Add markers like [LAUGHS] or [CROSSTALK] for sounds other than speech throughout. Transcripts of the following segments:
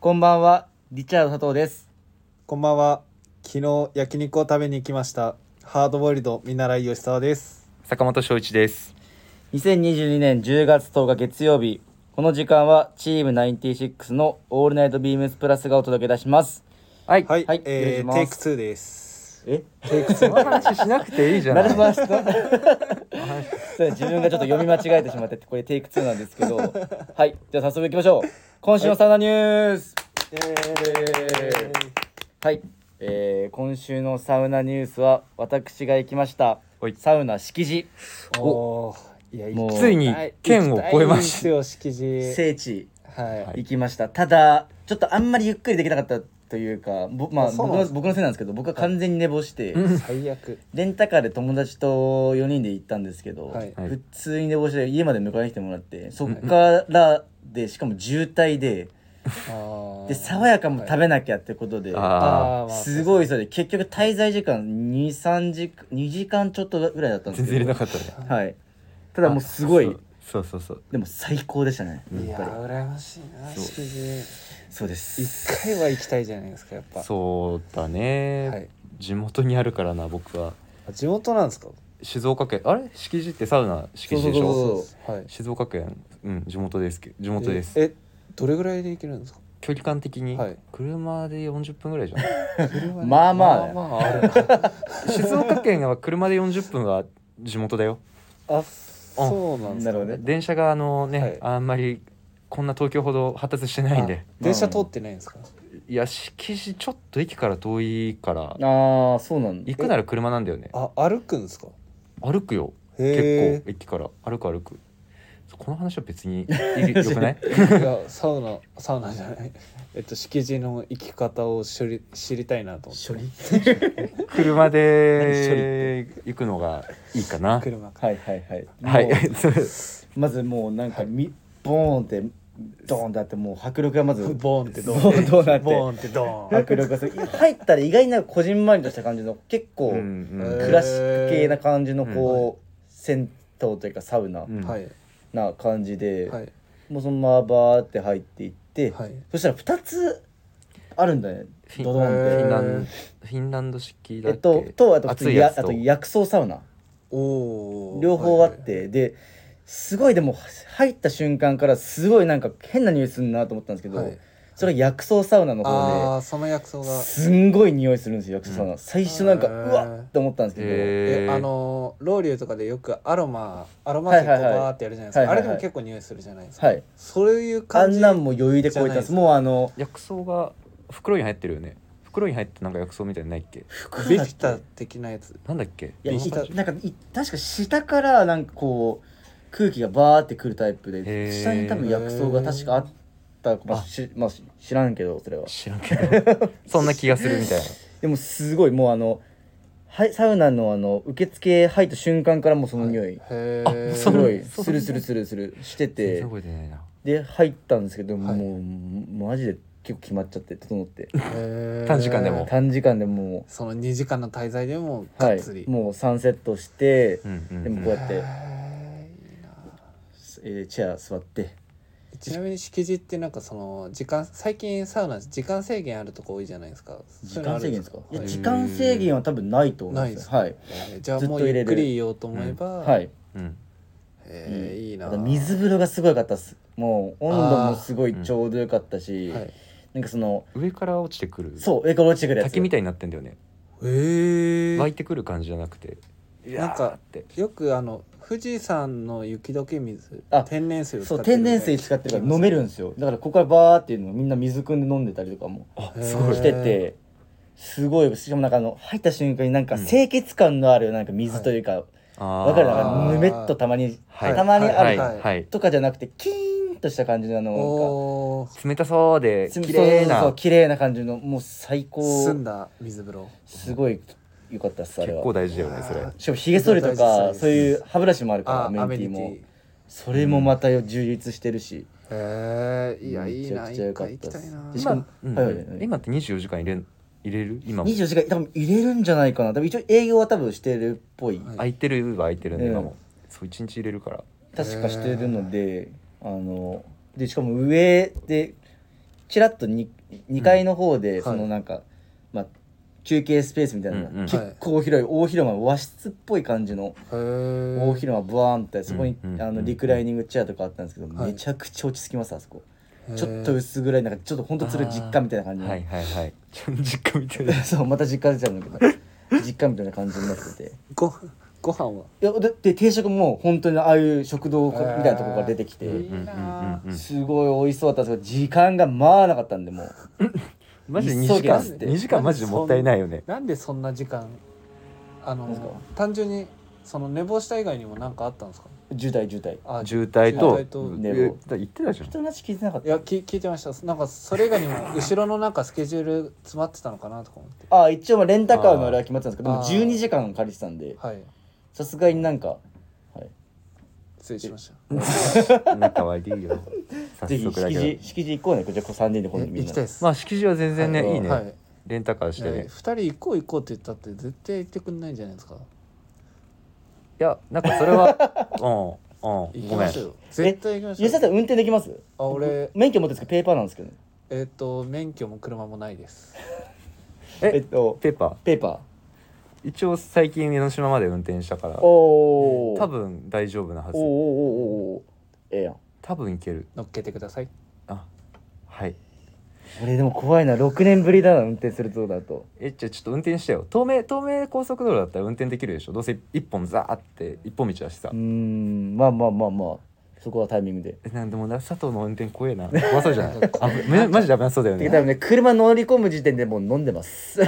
こんばんは、リチャード佐藤です。こんばんは。昨日焼肉を食べに行きました。ハードボイルド見習い吉沢です。坂本翔一です。 2022年10月10日月曜日、この時間はチーム96のオールナイトビームスプラスがお届け出します。はい。はい、はいえおー、願テいイしクます2です。えテイク2その話しなくていいじゃな。ないるほど。そう [LAUGHS] 自分がちょっと読み間違えてしまって、これテイク2なんですけど、はい、じゃあ早速行きましょう。今週のサウナニュースイエーイはい、えー、今週のサウナニュースは私が行きましたはいサウナ敷地おーいや、もうついに県を越えました。た。敷地。聖地は行きました、ただちょっとあんまりゆっくりできなかったというかぼ、まあ、あそう僕のなんですか僕のせいなんですけど僕は完全に寝坊して、い。最悪。レンタカーで友達と4人で行ったんですけど、はいはい普通に寝坊して家まで迎えに来てもらってそっからでしかも渋滞であーで爽やかも食べなきゃってことで。ーまああすごいそれ結局滞在時間23時間2時間ちょっとぐらいだったあ、んで全す然入けれどなかったね。はいただもうすごいそう。そうそうそう。でも最高でしたねいやっやぱりー、羨ましいな、そう敷地。そうです一回は行きたいじゃないですか、やっぱ。そうだはねい。。地元にあるからな、僕は。あ地元なんですか静岡県、あれ敷地ってサウナ敷地でしそうそうそうょはい。静岡県、うん、地元ですけど、地元です。え、えどれぐらいで行けるんですか距離感的にはい、車で40分ぐらいじゃん。 [LAUGHS] [LAUGHS] まあまあまあまああるな静岡県は車で40分は地元だよ。あそうなんですなかるほどね電車があのはい、ねあんまり、こんな東京ほど発達してないんで。あ電車通ってないんですかいや、敷地ちょっと駅から遠いから、ああそうなんだ行くなら車なんだよねあ歩くんですか歩くよへ結構駅から歩く歩くそうこの話は別 [LAUGHS] にいいよくない構いやサウナサウナじゃないえっと敷地の行き方を知り知りたいなと思って処理車何処で行くのがいいかな車かはいはいはいはい [LAUGHS] もそううまずもうなんかみボーンってドーンだってもう迫力がま [LAUGHS] ずボーンってドボーーンンドーンなってボーンってドーン迫力がすごい入ったら意外になんかこじんまりとした感じの結構うんへクーラシック系な感じのこう銭湯というかサウナうんうんはいな感じではいもうそのままバーって入っていってはいそしたら2つあるんだねフィンドドンっフてへィンラへンーフィンランド式だえっっけと、とあと普通暑いにややつあとと薬草サウナおお両方あって、ですごいでも入った瞬間からすごいなんか変な匂いするなと思ったんですけど、はいそれが薬草サウナのあ方あーその薬草でがすんごい匂いするんですよ薬草サウナ、最初なんかへうーわっと思ったんですけど、ええーあのロウリュとかでよくアロマアロマ石をはいはいはいバーってやるじゃないですはいかはあいはれいでも結構匂いするじゃないですかはいそういうあ感じんなんも余裕で超えたんですじゃないですかもうあの薬草が袋に入ってるよね袋に入ってなんか薬草みたいなのないっけ袋ビだっフけィタ的なやつなんだっけいやいビヒタなんかい確か下からなんかこう空気がバーってくるタイプでへー下に多分薬草が確かあったかもし、まあ、し知らんけどそれは知らん [LAUGHS] けどそんな気がするみたいなでもすごいもうあのはいサウナのあの受付入った瞬間からもうその匂い、へえあすそごういそうスルスルスルスルして全然て覚えてないなで入ったんですけど、はいもうマジで結構決まっち [LAUGHS] ゃって整って短時間でも短時間でもその2時間の滞在でもう、はがっいつり、、もう3セットして、うんうんうんでもこうやって、へーいいなえーチェア座ってちなみに敷地ってなんかその時間最近サウナ時間制限あるとこ多いじゃないですか時間制限ですかそういいうのあるんやです時間制限は多分ないと思いますなはい、かはいえーじゃあもずっとう入れるゆっくりいようと思えば、はいうんえーいいなただ水風呂がすごい良かったですもう温度もすごいちょうどよかったし、はいなんかその上から落ちてくるそう上から落ちてくるやつ滝みたいになってんだよねえー湧いてくる感じじゃなくてなんいやーっかてよくあの富士山の雪解け水あ天然水を使そっうてる天みたい然水使ってるから飲めるんですよだからここからバーっていうのをみんな水汲んで飲んでたりとかもあへーすはごいしててすごいしかもなんかあの入った瞬間になんか清潔感のあるなんか水というか、わわかるなんあかーぬめっとたまに、はいたまにあはるいかはいはいとかじゃなくてキーンとした感じのあのなんかおー冷たそうでそう綺麗そうそなう綺麗な感じのもう最澄高んだ水風呂すごい良かったっすあれ結は構大事だよねそれあしかもひげ剃りとか大事大事そういう歯ブラシもあるからあアメアニメテニィテもィそれもまたよ充実してるし、へえいやめいいちゃくなちゃ一良かっ回行たきったすいなでしか今もうんはいはいはい今って24時間入れん入れる今も24時間多分入れるんじゃないかな多分一応営業は多分してるっぽい、はい空いてるは空いてるねうん今もそう一日入れるから確かしてるのであのでしかも上でちらっと 2, 2階の方で、うんそはのいなんか、まあ休憩スペースみたいなのうんうがん結構広い大広間和室っぽい感じの大大広間ブワーンってそこにうんうんうんあのリクライニングチェアとかあったんですけどはいめちゃくちゃ落ち着きますあそこちょっと薄暗いなんかちょっとほんとつる実家みたいな感じのはいはいはいちょ実家みたいな [LAUGHS] そうまた実家出ちゃうんだけど実家みたいな感じになっててごご飯はいやだって定食も本当にああいう食堂みへーたいなとこが出てきて、ううんうんうんうんすごい美味しそうだったんですけど時間がまあなかったんでもうマジで急2時げっ間つって2時間マジでもったいないよねなんでそんな時間あなんですかの単純にその寝坊した以外にも何かあったんですか渋滞渋滞あ渋滞と渋滞と寝え坊言ってたじゃん人なし聞いてなかっいや聞聞いてましたなんかそれ以外に [LAUGHS] も後ろのなんかスケジュール詰まってたのかなとか思ってたああ一応まあレンタカーのあれは決まってたんですけどでもあー12時間借りてたんではいさすがになんか、はい、失礼しました仲悪いよ早ぜひ速だ敷け地ど敷地行こうねこれじゃあこう3人で今度みん行なきたいですまあ敷地は全然はねいいいはいねレンタカーしていやね二人行こう行こうって言ったって絶対行ってくんないんじゃないですかいやなんかそれは [LAUGHS] うんう行んごきめまんしょうよ絶対行きましょう吉田さん運転できますあ俺免許持ってるんですけどペーパーなんですけどえっ、と免許も車もないですええっとペーパーペーパ一応最近江ノ島まで運転したからーおお多分大丈夫なはおーおーおずーおーおーええやん多分いける乗っけてくださいあはい俺でも怖いな6年ぶりだな運転するとだとえじゃあちょっと運転してよ東名東名高速道路だったら運転できるでしょどうせ一本ザーって一本道だしさうーんまあまあまあまあそこはタイミングで。えなんでもな佐藤の運転怖えな怖そうじゃないあめマジで危なそうだ [LAUGHS] よてか多ね分ね車乗り込む時点でもう飲んで [LAUGHS] ます。い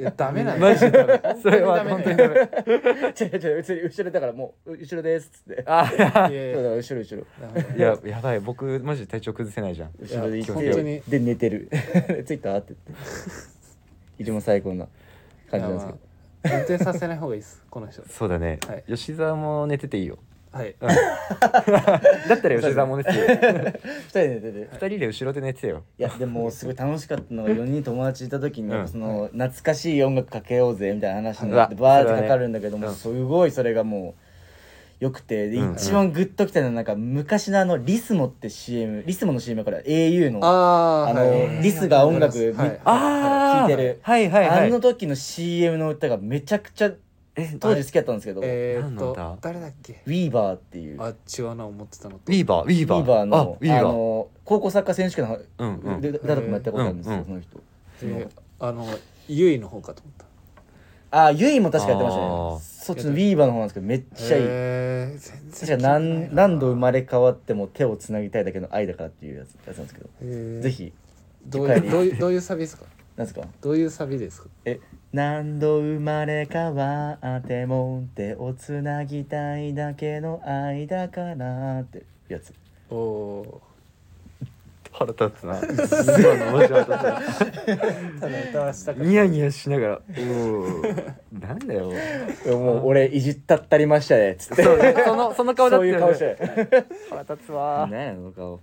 やダメなん [LAUGHS] マジでダメそれは本本当当ににダダメ違う違う後ろ後ろだからもうう後ろですっつって。あいそうやだかいやら後ろ後ろダメいややばい僕マジで体調崩せないじゃん後ろで行いや本当にってで寝てる。 [LAUGHS] 着いたって [LAUGHS] 言って。一番最高な感じなんですけど。いやまあ運転させない方がいいですこの人そうだね、はい吉沢も寝てていいよはいだったら吉沢も寝てていいよ二人で寝てて。 2人で後ろで寝ててよいやでもすごい楽しかったのが4人友達いた時にうんその懐かしい音楽かけようぜみたいな話になってうわバーってかかるんだけどもうんすごいそれがもうよくてでうん一番グッときたのはなんか昔のあのリスモって CM リスモの CM から au のあああのリスが音楽み聞ああいてるはいはいはあいの時の CM の歌がめちゃくちゃえ当時好きだったんですけどウィえー、っ何のと歌誰だっけーバーっていうウあ違うな思ってたのウとィーバーウィィーバーーバーのあウィーバーあの高校サッカー選手権のうんうんでダダ君もやったことあるんですうんうよんその人そのえーあのゆいの方かと思ったあゆいも確かやってましたねあーそっちのウィーバーの方なんですけどめっちゃいいえー、全確然か聞いてないな何何度生まれ変わっても手をつなぎたいだけの愛だからっていうやつやつなんですけど、えーぜひどう帰いりうどういうどういうサビですかなんですかどういうサビですかえ何度生まれ変わっても手をつなぎたいだけの愛だからってやつおお腹立つな今のマジ腹立つなーただ歌わしたニヤニヤしながら「おーなんだよいやもう俺いじったったりましたねっつってそうそのその顔だっそうたいうよ顔しねて腹立つわ何やその顔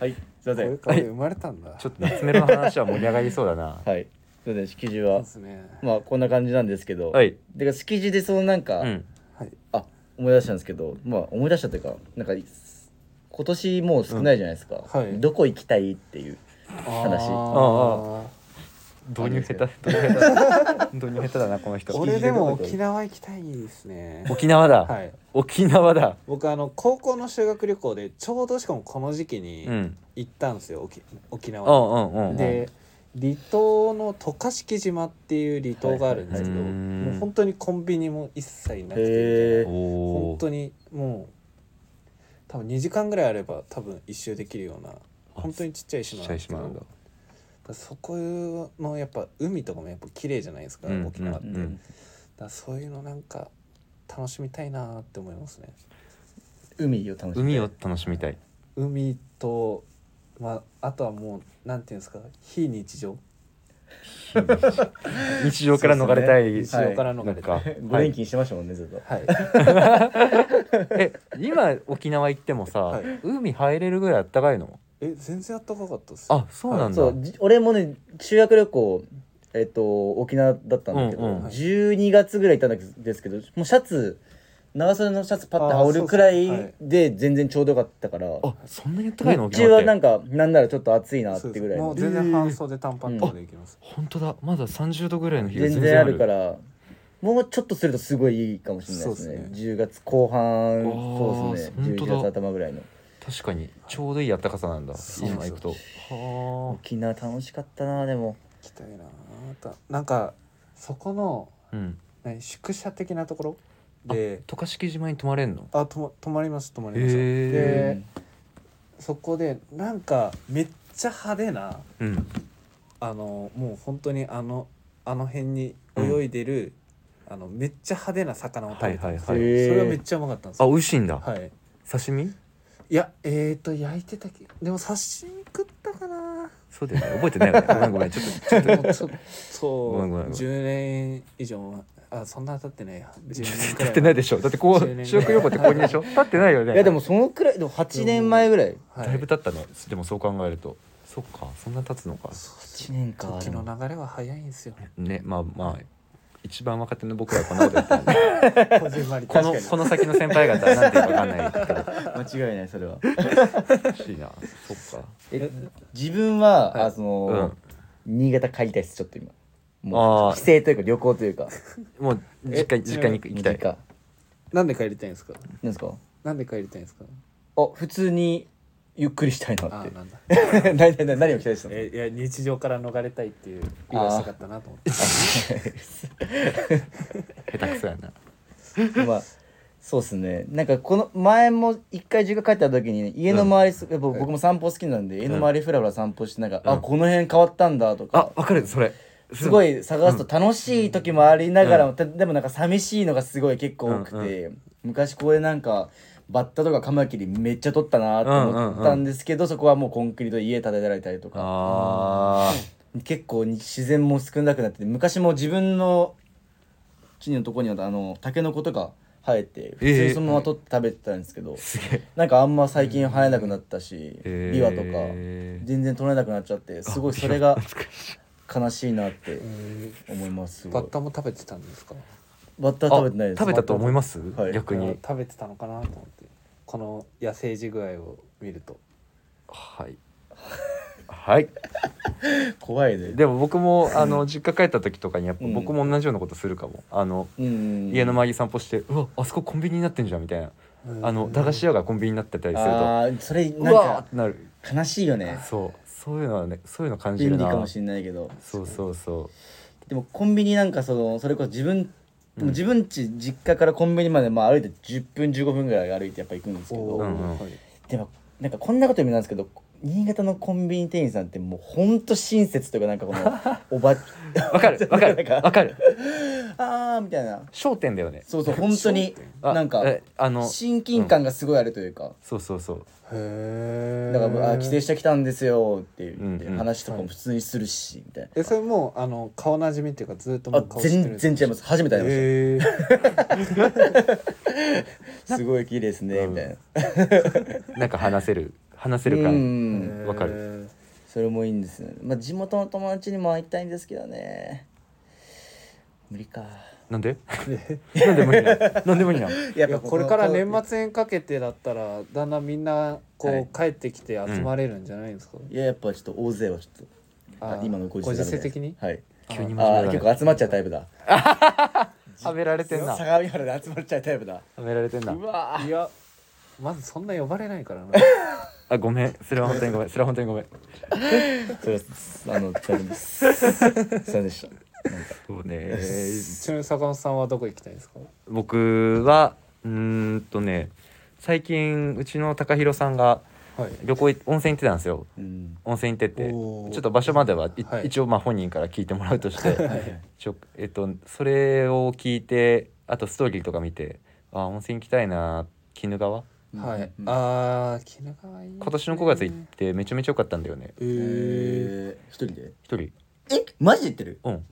はいすいまこせういうん顔で生まれたんだ、ちょっと夏メロの話は盛り上がりそうだなはいすいません式辞そうはですねまあこんな感じなんですけど、はいで式辞でそのなんか、うんはいあ思い出したんですけどまあ思い出したというかなんかい今年もう少ないじゃないですか、うんはいどこ行きたいっていう話あああ導入下手導入下手導入下手だなこの人俺でも沖縄行きたいですね沖縄だ、はい沖縄だ僕あの高校の修学旅行でちょうどしかもこの時期にうん行ったんですよ、沖沖う縄んうんうんうんで離島の渡嘉敷島っていう離島があるんですけど、はいはいはいもう本当にコンビニも一切なくてみたへいなーお本お当にもう多分2時間ぐらいあれば多分一周できるような本当にちっちゃいち島なっちんゃでいすけど島なんだそこのやっぱ海とかもやっぱ綺麗じゃないですか、うん沖縄って、うんだうかんらそういうのなんか楽しみたいなって思いますね海を楽しむ海を楽しみたい [LAUGHS] 海と、まあ、あとはもうなんていうんですか非日常日常から逃れたいそうですね日常から逃れたなんか5連勤してましたもんねずっと、はいえ今沖縄行ってもさ、はい海入れるぐらいあったかいのえ全然あったかかったっすあそうなんだ、そうじ俺もね修学旅行えっと沖縄だったんだけど、うんうん12月ぐらい行ったんですけどもうシャツ長袖のシャツパッて羽織るくらあーそうそうはいいで全然ちょうどよかったからあそんなにあったかいの日中はなんかかなんならちょっと暑いなっそうてでぐらすいもうの全然半袖短パンとかでいきます、本当だまだ30度ぐらいの日が全然あるからもうちょっとするとすごいいいかもしれないですねそうですね10月後半あーそうですね本当だ11月頭ぐらいの確かにちょうどいい暖かさなんだそう今行くとは沖縄楽しかったなでも行きたいなまたなんかそこのあうん何宿舎的なところあで渡嘉敷島に泊まれんのあとも泊まります泊まりますへでそこでなんかめっちゃ派手なうんあのもう本当にあのあの辺に泳いでる、あのめっちゃ派手な魚を食べたんですよ、はいはいはいそれはめっちゃうまかったんですあよ美味しいんだはい刺身いやえっ、ー、と焼いてたけでも刺身食ったかなそうだよね覚えてないよねご [LAUGHS] めんごめんちょっとちょっとでもちょっとごめんごめんごめん10年以上あそんな経ってないや10年く立らいってないでしょだってこ [LAUGHS] 10年ぐらうい修学旅行ってここにでし [LAUGHS] ょ立ってないよねいやでもそのくらいでも8年前ぐらいはいだいぶ経ったねでもそう考えるとそっかそんな経つのか8年か時の流れは早いん [LAUGHS] ですよねまあまあ一番若手の僕らはこんなこと言ってるねこじんまり [LAUGHS] こ確のかにこの先の先輩方はなんていうかわかんないけど間違いないそれは欲しいな [LAUGHS] そっか [LAUGHS] え自分は、はいあその、うん新潟帰りたいですちょっと今もあうー帰省というか旅行というかもう実家にえ実家に行きたいかなんで帰りたいんですかなんですかなんで帰りたいんですかあ普通にゆっくりしたいなあってなんだ何 [LAUGHS] 何何何を期待したのえいや日常から逃れたいっていう言い出したかったなと思って下手くそやな [LAUGHS] まあそうですねなんかこの前も一回実家帰った時に家の周りす、やっぱ僕も散歩好きなんで、家の周りフラフラ散歩してなんか、うんあこの辺変わったんだとあか、わかるそれすごい探すと楽しい時もありながらも、たでもなんか寂しいのがすごい結構多くて、昔これなんかバッタとかカマキリめっちゃ取ったなと思ったんですけど、そこはもうコンクリートで家建てられたりとかあ結構に自然も少なくなってて昔も自分の地のとこにはあのタケノコとか生えて普通にそのまま取って食べてたんですけど、ーすげえなんかあんま最近生えなくなったし、えービワとか全然取れなくなっちゃってすごいそれが悲しいなって思いますすごバいッタも食べてたんですかバッタあは食べてないです食べたと思いまますはい逆いやに食べてたのかなと思ってこの野生児具合を見るとはいはいす怖いねでも僕 [LAUGHS] もあの実家帰った時とかにやっぱうん僕も同じようなことするかもあのうん家の周り散歩して「うわあそこコンビニになってんじゃん」みたいなあの駄菓子屋がコンビニになってたりするとああそれ「うなんわ!」かってなる悲しいよねそうそういうのはねそういうの感じ便る利なかもしれないけどそうそうそうでもコンビニなんかそのそれこそ自分、うん自分家実家からコンビニまでまあ歩いて10分15分ぐらい歩いてやっぱ行くんですけど、おーうんうんはいでもなんかこんなこと言うのなんですけど新潟のコンビニ店員さんってもうほんと親切というかなんかこ [LAUGHS] のおばわ [LAUGHS] かるわかるわかるあーみたいな商店だよねそうそう本当 [LAUGHS] にあなんかえあの親近感がすごいあるというか、そうそうそうへえだからあー帰省してきたんですよって言ってうんうん話とかも普通にするしみたいえそれもうあの顔なじみっていうかずっともな、うあ顔知ってるん全です然違います初めて会いましへえた、すごい綺麗ですね、うんみたいななんか話せる話せうる感んわかるそれもいいんですよねまあ地元の友達にも会いたいんですけどね無理かなん [LAUGHS] でなんで無理なのなんで無理なのやいやこれから年末にかけてだったらだんだんみんなこう帰ってきて集まれるんじゃないんですか、いややっぱちょっと大勢はちょっとああー今のご時世だご時世的にはい急に真面目あだーね結構集まっちゃうタイプだはめられてんなは相模原で集まっちゃうタイプだめられてんないやまずそんな呼ばれな [LAUGHS] いからなあごめんそれは本当にごめんそれは本当にごめんそれあの大丈夫ですすいませんでしたそうねちなみに坂本さんはどこ行きたいですか僕はうーんとね最近うちの高弘さんがはい旅行い温泉行ってたんですようん温泉行っててちおょーっと場所までは、いはい一応まあ本人から聞いてもらうとしはいてはい [LAUGHS] ちょえっとそれを聞いてあとストーリーとか見てあ温泉行きたいな鬼怒川はい、うんああ鬼怒川いいね今年の5月行ってめちゃめちゃ良かったんだよねえー、えー、一人で一人えマジで言ってるうん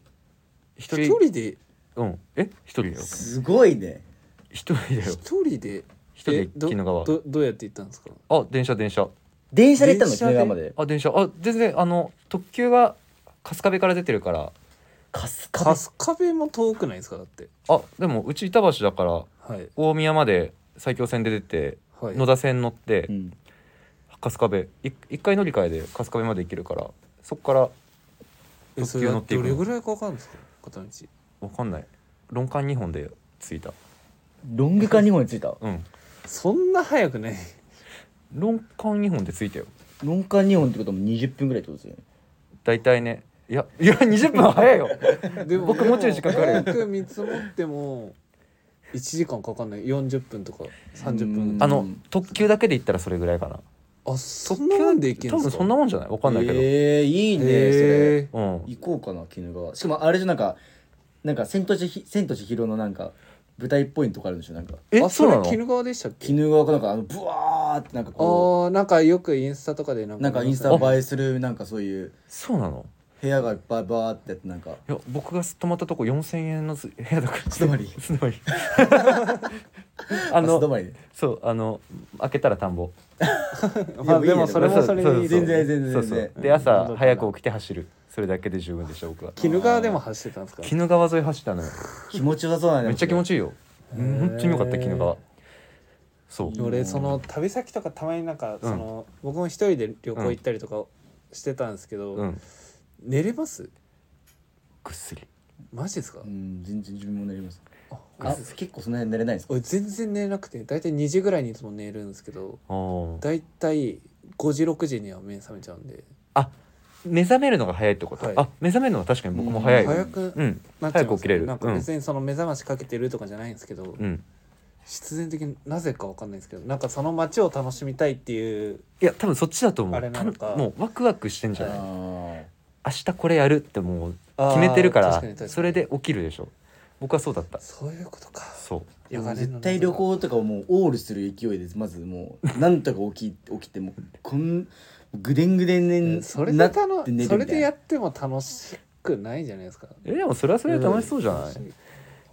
一一人でうんえ一人だよすごいね一人だよ一人で一人でえど鬼怒川どどうやって行ったんですかあ電車電車電車で行ったの昨電車日でまであ電車あ全然あの特急が春日部から出てるからカスカ春日部も遠くないですかだってあでもうち板橋だからはい大宮まで埼京線で出て、はい野田線乗って、うん、春日部い一回乗り換えで春日部まで行けるからそこからえそ特れ急乗はっていどくれのぐらいかかるんですか片道わかんない論館2本で着いたロング缶2本についたうんそんな早 [LAUGHS] くない論館2本で着いたよロング缶2本ってことも20分ぐらいってことですよね大体ねいやいや20分は早いよでも僕もうちょい時間かかるよよく見積もっても1時間かかんない40分とか30うん分あの特急だけで行ったらそれぐらいかなあそんなもんでいける多んです分そかんなもんじゃないわかんないけど、えー、いいねそれへうん行こうかな鬼怒川しかもあれじゃなんかなんか千と千尋千と千尋のなんか舞台っぽいとこあるんでしょなんかええあそそうれなの鬼怒川でしたっけ鬼怒川かなんかあのブワーってなんかあこーなんかよくインスタとかでなんうかなんかインスタあ映えするなんかそういうそうなの部屋がいっぱいバーってやってなんかいや僕が泊まったとこ4000円の部屋だから素泊まり素泊まりああ素泊のまりでそうあの開けたら田んぼまあでもそれもそれでいい全然全然全然そう全そう然で朝早く起きて走るそれだけで十分でしょ僕は鬼怒川でも走ってたんですか鬼怒川沿い走ったのよ気持ちよさそうだねめっちゃ気持ちいいよへー本当によかった鬼怒川そういい俺その旅先とかたまになんかその、僕も一人で旅行行ったりとかしてたんですけど、うん寝れますぐっすりマジですか、うん全然自分も寝れますああ結構その辺寝れないんですか俺全然寝れなくて大体2時ぐらいにいつも寝るんですけどあー大体5時6時には目覚めちゃうんであ目覚めるのが早いってことはいあ目覚めるのは確かに僕も早いうんよ早くうんなっちゃいますね早く起きれるなんか別にその目覚ましかけてるとかじゃないんですけど、うん必然的になぜかわかんないですけどなんかその街を楽しみたいっていういや多分そっちだと思あうれなのかたもうワクワクしてんじゃないあー明日これやるってもうあー決めてるか確に確らにそれで起きるでしょ僕はそうだったそういうことかそうでも夜金の絶謎対旅行とかをもうオールする勢いでまずもうなんとか起き起きてもうこんぐでんぐでんねんそれなでってたの寝そるれみたでいやなっても楽しくないじゃないですかえでもそれはそれで楽しそうじゃない、んわ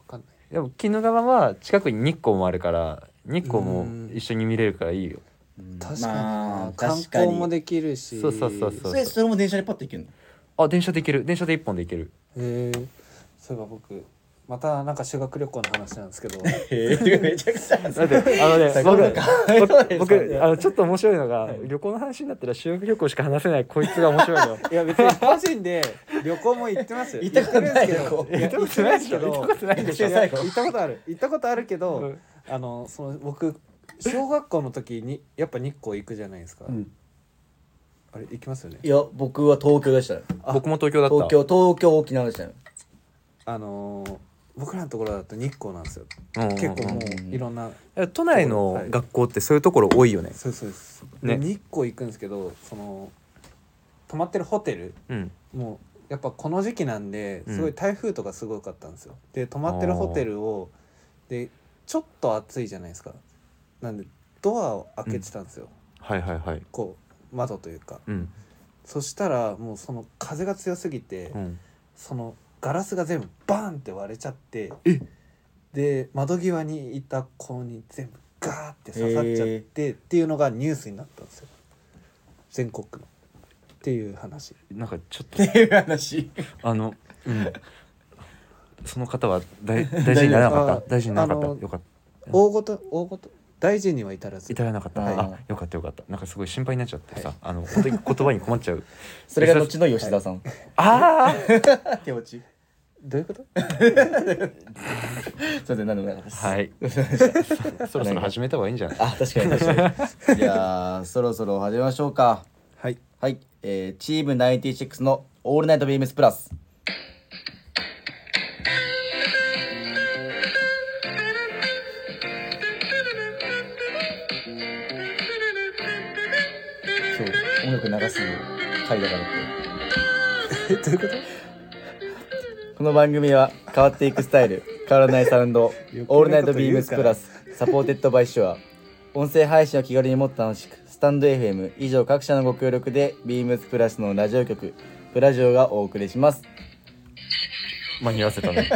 かんないでも鬼怒川は近くに日光もあるから日光も一緒に見れるからいいようん確かにな、まあ確観か光にもできるしそうそうそうそうそれそれも電車でパッと行けるのあ電車で行ける電車で一本で行けるへえそういえば僕またなんか修学旅行の話なんですけど [LAUGHS] へえめちゃくちゃだ [LAUGHS] ってあのねそう僕か僕そうです僕あのちょっと面白いのが旅行の話になったら修学旅行しか話せないこいつが面白いのいや別に個人で旅行も行ってますよ行ったことない行ってるんですけど行ったことないでし行ょっ行っこたたこととなないいででししょょいや行ったことある行ったことあるけど、うんあのその僕小学校の時にやっぱ日光行くじゃないですか、うんあれ行きますよねいや僕は東京でしたよ僕も東京だった東京東京沖縄でしたよあのー僕らのところだと日光なんですようん結構もうんういろんなうん都内の学校ってそういうところ多いよね、そうですそうです、ねで日光行くんですけどその泊まってるホテルうんもうやっぱこの時期なんでうんすごい台風とかすごかったんですよ、で泊まってるホテルをでちょっと暑いじゃないですかなんでドアを開けてたんですよ、はいはいはいこう窓というかうんそしたらもうその風が強すぎて、うんそのガラスが全部バーンって割れちゃってえで窓際にいた子に全部ガーって刺さっちゃってっていうのがニュースになったんですよ全国のっていう話なんかちょっとっていう話あの、うん、その方は大大事にならなかっあた大事にならなかあのったよかった大ごと大ごと大事には至らず至らなかった、はいあよかったよかったなんかすごい心配になっちゃってさ、あの本当に言葉に困っちゃうそれが後の吉田さんあ [LAUGHS] 手落ちどういうことすいません何でもなかったであすはい [LAUGHS] そろそろ始めた方がいいんじゃないあ確かに確 [LAUGHS] かにいやーそろそろ始めましょうか [LAUGHS] はいはい、えー、チーム96の「オールナイトビームスプラス」今日音楽流す回だからってえどういうことこの番組は変わっていくスタイル変わらないサウンド「オールナイトビームスプラス」サポーテッドバイシュア音声配信を気軽にもっと楽しくスタンド FM 以上各社のご協力でビームスプラスのラジオ局プラジオがお送りします間に合わせたね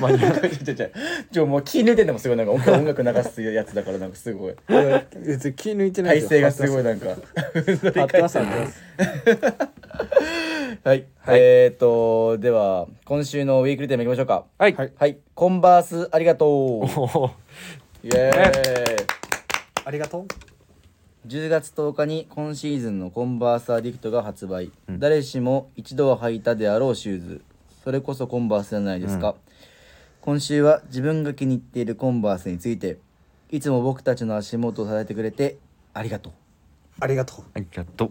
間に合わ [LAUGHS] ちょちょちょちょもう気抜いてんのもすごいなんか音楽音楽流すやつだからなんかすごいいや別に気抜いてない体勢がすごいいなんか張ってます張ってます [LAUGHS] はい、えーとでは今週のウィークリーテーマいきましょうかはい、はいコンバースありがとうおおイエーイありがとう10月10日に今シーズンのコンバースアディクトが発売、誰しも一度は履いたであろうシューズそれこそコンバースじゃないですか、今週は自分が気に入っているコンバースについていつも僕たちの足元を支えてくれてありがとうありがとうありがとう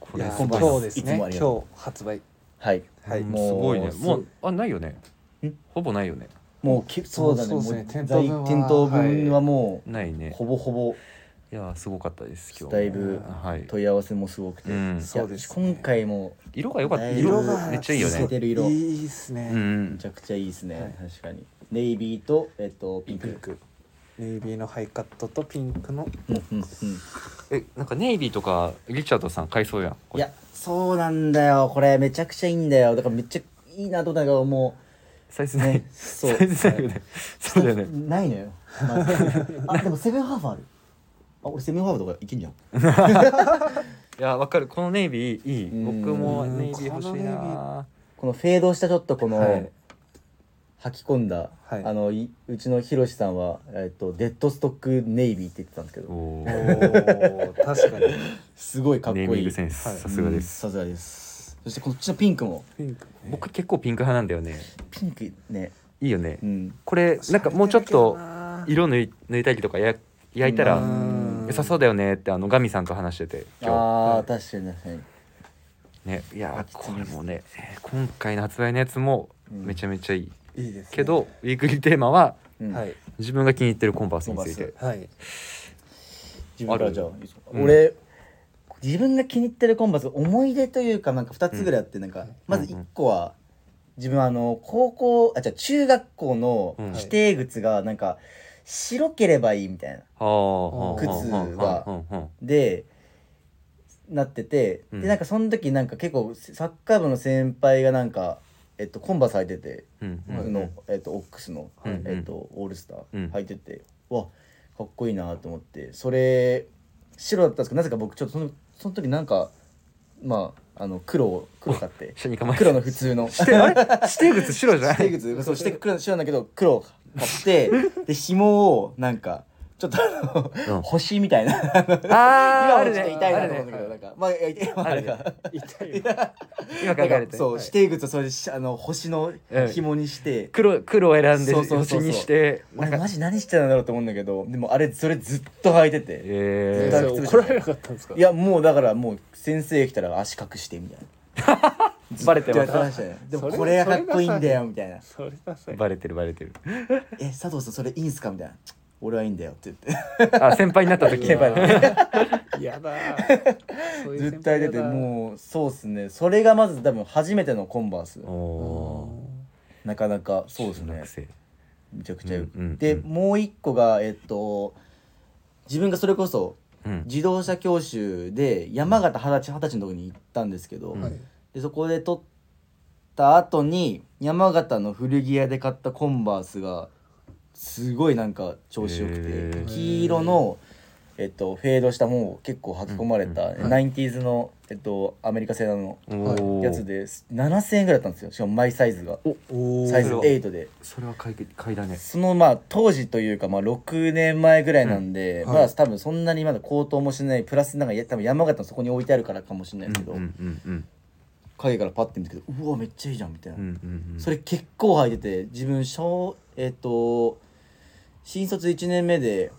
こいれやす今ご回い今日ですいねつもあ今りがと日発売はいはいうんもうすごいねすもうあないよねんほぼないよねもうきそうだねそもううそうですね在店頭分は店頭分はもう、ないねほぼほぼいやすごかったです今日もだいぶはい問い合わせもすごくて、うんいやそうですね今回も色が良かったね色色ががめっちゃいいよ透けねてる色いいですね、うんうんめちゃくちゃいいですね、はい確かにネイビーとえっとピンクピンクネイビーのハイカットとピンクのうんうんうんえなんかネイビーとかリチャードさん買いそうやんこいれやそうなんだよこれめちゃくちゃいいんだよだからめっちゃいいなと思ったんだけどもサイズうない、ねそサイズないよねそうだよねないのよ、まず [LAUGHS] あでもセブンハーフあるあ俺セブンハーフとかいけんじゃんいやわかるこのネイビーいいうん僕もネイビー欲しこのいネイビなこのフェードしたちょっとこの、はい吐き込んだ、はいあのいうちのひろしさんは、えっと、デッドストックネイビーって言ってたんですけどおおーー確かにすごいかっこいネイミンいグセンスはいさすがですうんさすがですそしてこっちのピンクもピンクね僕結構ピンク派なんだよねピンクねいいよねうんこれなんかもうちょっとい色抜い抜いたりとかや焼いたらうん良さそうだよねってあのガミさんと話してて今ああ確かに確かに日ねいやーこれもね今回の発売のやつもめちゃめちゃいいいですねけどウィークリーテーマはうんはい自分が気に入ってるコンバースについコンてはい自分かあらるじゃあいいですかうん俺自分が気に入ってるコンバース思い出というかなんか2つぐらいあってなんかまず1個は自分あの高校あじゃあ中学校のうん指定靴がなんか白ければいいみたいなあー靴はうんうんうんでなっててうんでなんかその時なんか結構サッカー部の先輩がなんかえっとコンバース履いててうんうんうんのえっとオックスのうんえっとオールスタうんー履いててわかっこいいなと思ってそれ白だったんですけどなぜか僕ちょっとそのその時なんかまああの黒を黒買って下に構えて黒の普通の指定あれ指定靴白じゃない指定靴そう [LAUGHS] して黒白なんだけど黒を買 [LAUGHS] ってで紐をなんかちょっとあうんの星みたいな [LAUGHS] あー今あはるちょっとね痛いあなると思うんねだけど、なんか、まあ、いや痛いまあ、あれが。痛い今考なえんかるとそう、はい指定靴をそれし、あの、星の紐にして。黒黒を選んでそうそうそうそう星にしてなん俺、かマジ何してたんだろうと思うんだけど、でも、あれ、それずっと履いてて。えだーいぶそれ怒られなかったんですかいや、もう、だから、もう、先生来たら、足隠してみたいな。 [LAUGHS] バレてやまってましたね。でも、それこれがかっこいいんだよみたいな。それだすさバレてるバレてるえ、佐藤さん、それいいんすかみたいな。俺はいいんだよって言っあ先輩になった時 [LAUGHS] 先輩にやだそうて。いう先輩絶対出て、やだもう、そうっすね。それがまず、多分、初めてのコンバース。おなかなか、そうーですね中。生めちゃくちゃよく、うんうんうんでもう一個がえっと自分がそれこそうん自動車教習で山形二十歳二十歳のとこに行ったんですけど、うんはいでそこで取った後に山形の古着屋で買ったコンバースがすごいなんか調子よへくてー黄色の、えっと、フェードしたもう結構履き込まれた、うんうんうんナインティーズの、えっと、アメリカ製のおーやつです7,000円ぐらいだったんですよしかもマイサイズがおーサイズそれは8で。それは買い買いだねそのまあ当時というかまあ6年前ぐらいなんで、うんはいまだ多分そんなにまだ高騰もしないプラスなんかや多分山形のそこに置いてあるからかもしれないですけど、うんうんうん影からパッて見たけどうわめっちゃいいじゃんみたいな、うんうんうんそれ結構履いてて自分小えっ、と新卒1年目で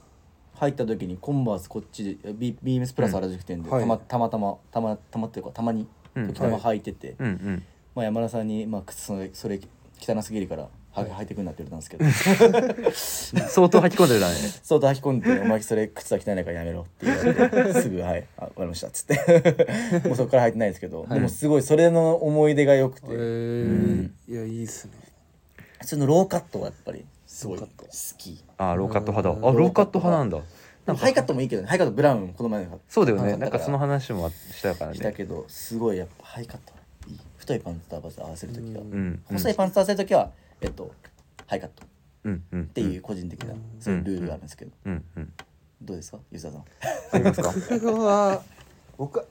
入った時にコンバースこっちでビビームスプラス原宿店で、うんはいたまたまたまたまたまっていうかたまにうん時たま履いてて、うんうんまあ、山田さんに、まあ、靴それそれ汚すぎるからは履いてくんなって言われたんですけど。相当履き込んでるだね相当履き込んでて「お前それ靴は汚いからやめろ」って言われてすぐ「はいあわかりました」っつって [LAUGHS] もうそこから履いてないですけど、でもすごいそれの思い出が良くて、えーいやいいっすねそのローカットがやっぱりすごいロ好ーカきあーローカット派だあローカット派なんだでもハイカットもいいけどねハイカットブラウンこの前のそうだよハイねカットなんかその話もしたからしたねけどすごいやっぱハイカットいい太いパンツと合わせ合わせる時は、うんうん細いパンツと合わせる時はえっとハイカットっうんうんっていう個人的な、そういうルールがあるんですけど、うんうんどうですか吉田さんありますか僕は僕は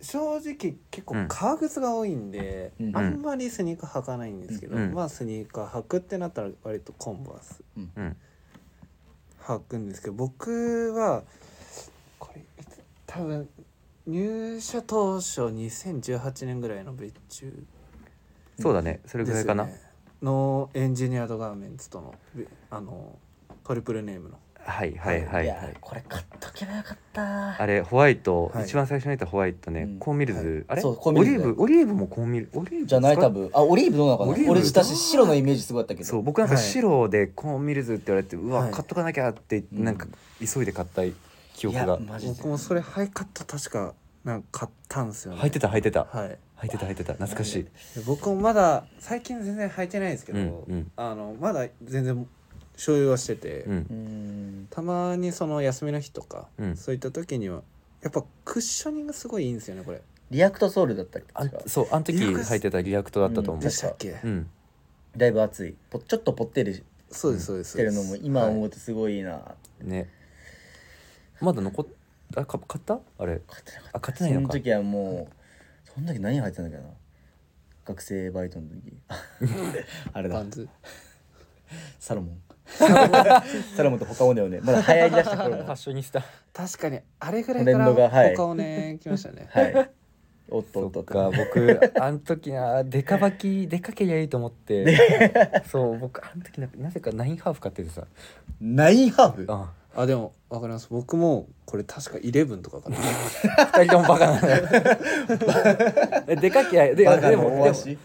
正直結う構ん革靴が多いんで、うんあんまりスニーカー履かないんですけど、うんまあスニーカー履くってなったら割とコンバースうんうん吐くんですけど僕はこれいつ多分入社当初2018年ぐらいの別注そうだねそれぐらいかな、ですよねのエンジニアードガーメンツとのべあのトリプルネームのはいはいはいやはいこれ買っとけばよかったあれホワイト、はい一番最初に言ったホワイトね、うんコーンミルズ、あれそうコーンオミリルズーブオリーブもコーンミルオリーブじゃない使多っ分あオリーブどうなのオかリーなブ俺自体白のイメージすごいあったけどそう僕なんかはい白でコーンミルズって言われて、うわはい買っとかなきゃって言ってうんなんか急いで買った記憶いがやマジで僕もそれハイカット確かなんか買ったんですよね履いてた履いてたはい履いてた履いてた懐かしいで僕もまだ最近全然履いてないんですけど、うんうんあのまだ全然所有はしてて、うんうーんたまにその休みの日とか、うんそういった時にはやっぱクッショニングすごいいいんですよねこれリアクトソウルだったっけあん確かそうあの時リアク履いてたリアクトだったと思うでしたっけ、うん、だいぶ熱いぽちょっとぽってりしそうですそうですてるのも今思ううとすごいいいなねまだ残っあか買ったあれ買ってなかったあ買ってないそののか時はもうその時何入ってたんだっけな学生バイトの時 [LAUGHS] あれパだンツサロモンサロモンと他もだよねまだ流行りだした頃ファ [LAUGHS] ッもショニスタ確かにあれぐらいかトレンドがはらい他をね来ましたね、はいおっとそおっとっっかと僕あの時なデカバキデカけりゃいいと [LAUGHS] 思ってそう僕あの時ななぜかナインハーフ買っててさナインハーフああでもわかります僕もこれ確か11とかかな二人ともバカな [LAUGHS] のよえデカけりゃでバカでのも大でも足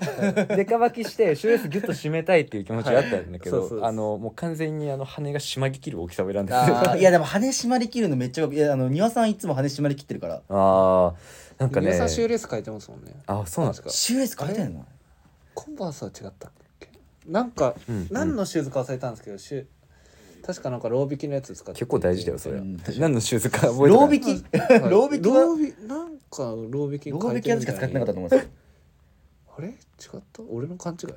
デカバキしてシュレースギュッと締めたいっていう気持ちがあったんだけはいそうそうどそうあのもう完全にあの羽がしまぎきる大きさを選んでてあ [LAUGHS] ーいやでも羽締まりきるのめっちゃかっこいいいやあの庭さんいつも羽締まりきってるからあーなんか皆ねさんシューレース書いてますもんねあそうなんです確かかシューエス変えたよなコンバースは違ったっけなんか、うん何のシューズか忘れたんですけどシュ確かなんかロー引きのやつ使ってて結構大事だよそれ、うん何のシューズか覚えてローない引きはいロー引きはロービなんかロービキロー引きはしか使ってなかったと思うんですよあれ違った俺の勘違い、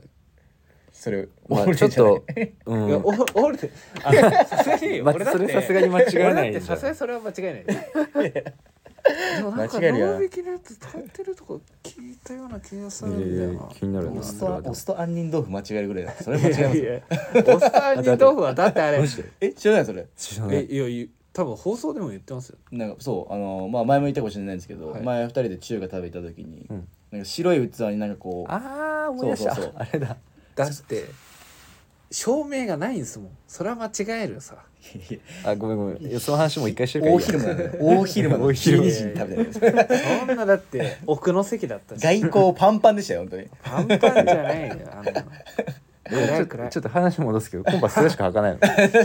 そ [LAUGHS] れまあ俺ちじゃょっないと、うん、いやお俺であのさすがにま俺だっそてれさすがに間違え俺なだいっんてじさゃすがんにそれは間違いないでもなんか間違ロえるよなービキのやつ使ってるとこ聞いたような気がするんだよいやいやな気 [LAUGHS] になるオなスそれとはでもオスと杏仁豆腐間違えるぐらいだそれ間違えますよおっさんに豆腐はだってあれマジで [LAUGHS] え知らないそれ知らなえいいやいや多分放送でも言ってますよなんかそうあのまあ前も言ったかもしれないんですけど、はい前二人で中華食べた時に、うんなんか白い器になんかこうああ思い出したそうそうそうあれだだって照明がないんですもんそれは間違えるよさあごめんごめんいやその話もう一回してるから大いいや昼間だよ大昼間大の昼間12時に食べたんですそんなだ [LAUGHS] って奥の席だったし外交パンパンでしたよ本当にパンパンじゃないよあん [LAUGHS] なの暗い暗いちょっと話戻すけどコンパそれしか履かない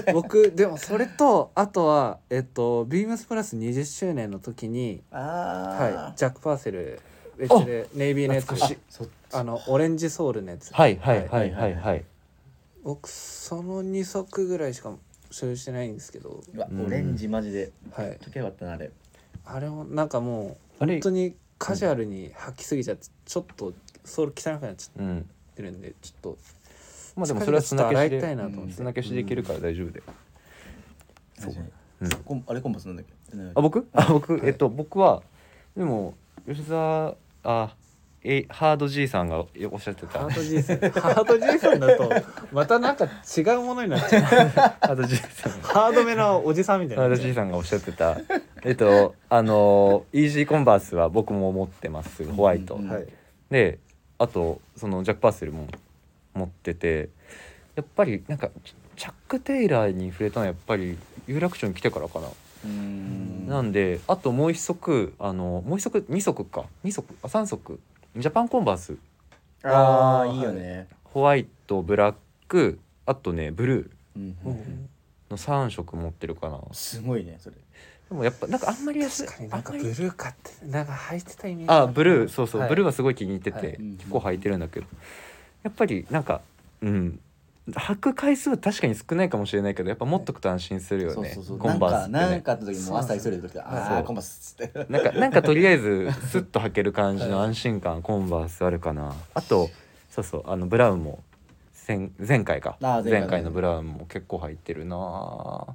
の僕でもそれとあとはえっとビームスプラス20周年の時に、はあい、ジャック・パーセル別でネイビーのやつ懐かしいそっちあのオレンジソールのやつ、はいはいはいはいはい僕その2足ぐらいしか所有してないんですけど、うわうんオレンジマジではい、時計よかったなあれあれもなんかもあうれ本当にカジュアルに履きすぎちゃってちょっとソール汚くなっちゃうんってるんでちょっとまあでもそれはちょっと砂洗消しいたいでなと思って、砂消しでいけるから大丈夫でそううんコンあれコンパスなんだっけあ僕あ僕いえっと僕はでも吉沢あえハード G さんがえおっしゃってたハハートじいさんハートじいさんだとまたなんか違うものになっちゃうード G さんハードめなおじさんみたいハーなド G さんがおっしゃってたえっとあのイージーコンバースは僕も持ってますホワイトうんうんはいであとそのジャック・パーセルも持っててやっぱりなんかチチャック・テイラーに触れたのはやっぱり有楽町に来てからかな、うーんなんであともう一足あのもう一足二足か二足あ三足ジャパンコンバースああいいよねホワイトブラックあとねブルーうんううんんの3色持ってるかなすごいねそれでもやっぱなんかあんまり安い確かにあなんんかまブルりー買ってなんか履いてたイメージあブルーそうそう、はいブルーはすごい気に入ってて、はいうん結構履いてるんだけどやっぱりなんかうん履く回数は確かに少ないかもしれないけどやっぱ持っとくと安心するよね、そうそうそうコンバースってねなんかなんかあった時も朝急いでる時そうあそあうコンバスっつってなんかなんかとりあえずスッと履ける感じの安心感、コンバースあるかなあとそうそうあのブラウンも前前回かあー前回ね前回のブラウンも結構入ってるな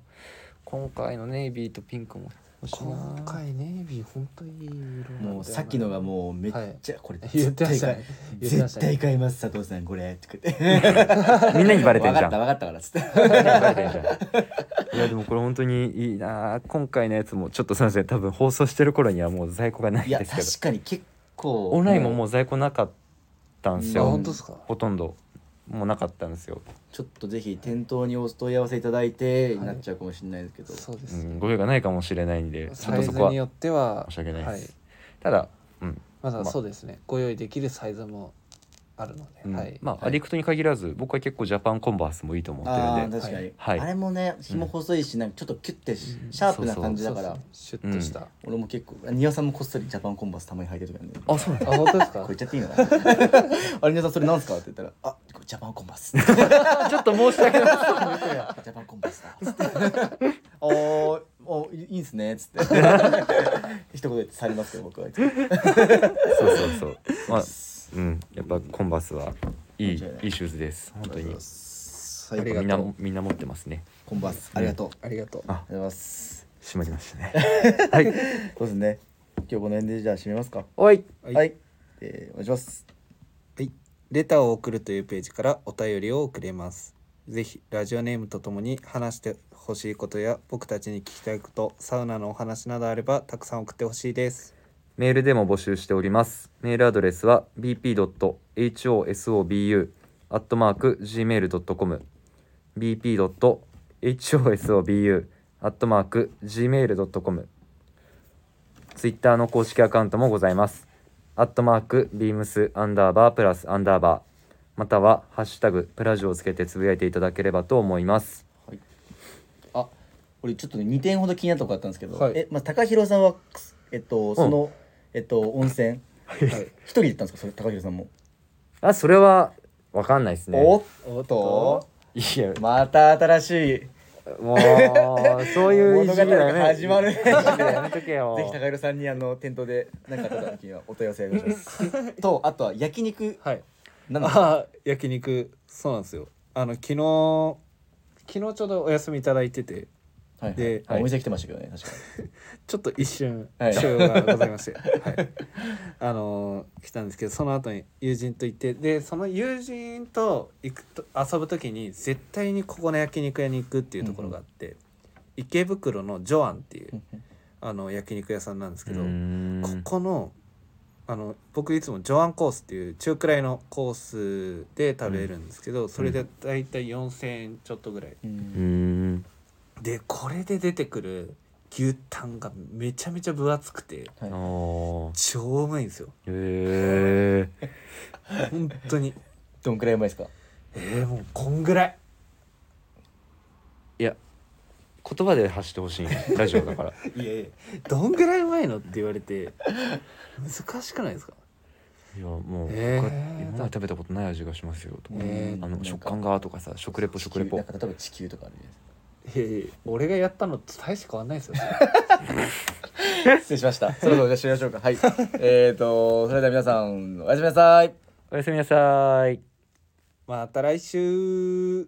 今回のネイビーとピンクもこの回ネイビー本当いい色なんだよなもうさっきのがもうめっちゃこれ言絶ってま対した買いね言ってまし絶たね対買います佐藤さんこれって言ってみんなにバレて分んじかっゃんた分かったからっつってバレてんじゃ [LAUGHS] んいやでもこれ本当にいいなあ今回のやつもちょっとすいません多分放送してる頃にはもう在庫がないいやですけ確どかに結構オンラインももう在庫なかったんですあうんよ本当ですかほとんどもうなかったんですよ、ちょっとぜひ店頭にお問い合わせいただいていになっちゃうかもしれないですけど、そうでうすねん、ご用がないかもしれないんでちょっサとイズそこはによっては申し訳ないではいす、ただ、うんまだまあそうですねご用意できるサイズもあるので、うんはいまあ、はいアディクトに限らず僕は結構ジャパンコンバースもいいと思ってあるあーんで確かに、はいあれもね紐細いしなんかちょっとキュッてしシャープな感じだからそうですねシュッとした、俺も結構丹羽さんもこっそりジャパンコンバースたまに履いてるからねあそうなんだあ本当でこすかれ言っちゃっていいのかな [LAUGHS] あれ皆さんそれなんすかって言ったら「あこれジャパンコンバース」ジャ [LAUGHS] ちょっと申し訳ない [LAUGHS] パンコンバースだ」つって「おーおいいんすね」っつって [LAUGHS] 一言で去りますけど僕はいつもそうそうそうまあうんやっぱコンバースはいいいいシ間違いないューズです本当に最あり後がみんとなうみんな持ってますねコンバースありがとう、あありがとうありがとうございます閉まりましたねはいそうですね今日この辺でじゃあ締めますかおいは、はいいえーお願いしますはい、レターを送るというページからお便りを送れます。ぜひラジオネームとともに話してほしいことや僕たちに聞きたいこと、サウナのお話などあればたくさん送ってほしいです。メールでも募集しております。メールアドレスは bp.hosobu.gmail.com bp.hosobu.gmail.com ツイッターの公式アカウントもございます。アットマーク、ビームス、アンダーバー、プラス、アンダーバー、または、ハッシュタグ、プラジオをつけてつぶやいていただければと思います。あ俺ちょっとね2点ほど気になったことあったんですけど、はいえまあ高弘さんはえっとその、えっと温泉はい、一人で行ったんですかそれ高弘さんも、あ、それは、わかんないですね。おっおっといや、また新しいもう、そういう [LAUGHS] い物じ語りはがね始まるぜやめとけよ。ひ高弘さんにあの店頭で何かあった時にはお問い合わせお願いしますとあとは焼肉はい。なんだあー、焼肉そうなんですよ。あの昨日昨日ちょうどお休みいただいてて、はいではい、お店来てましたけどね確かちょっと一瞬はい週がございまして、はい、あのー来たんですけどその後に友人と行ってでその友人と行くと遊ぶ時に絶対にここの焼肉屋に行くっていうところがあって、池袋のジョアンっていうにあの焼肉屋さんなんですけど、うーんここのあの僕いつもジョアンコースっていう中くらいのコースで食べるんですけど、それで大体4,000円ちょっとぐらい。うんうーんでこれで出てくる牛タンがめちゃめちゃ分厚くて。はいあ超うまいんですよ [LAUGHS] へえ本当にどんくらいうまいですかえー、もうこんぐらいいや言葉で発してほしいラジオだからいやいやどんぐらいうまいのって言われて難しくないですかいやもう、えーこれ今まで食べたことない味がしますよとか、えあなんのか食感がとかさ食レポ食レ地球なポんか例えば地球とかあるじゃないですかいやいや俺がやったのと大して変わんないですよ失礼しました。そろそろじゃあ終了しましょうか。はい。えっと、それでは皆さん、おやすみなさい。おやすみなさーいまた来週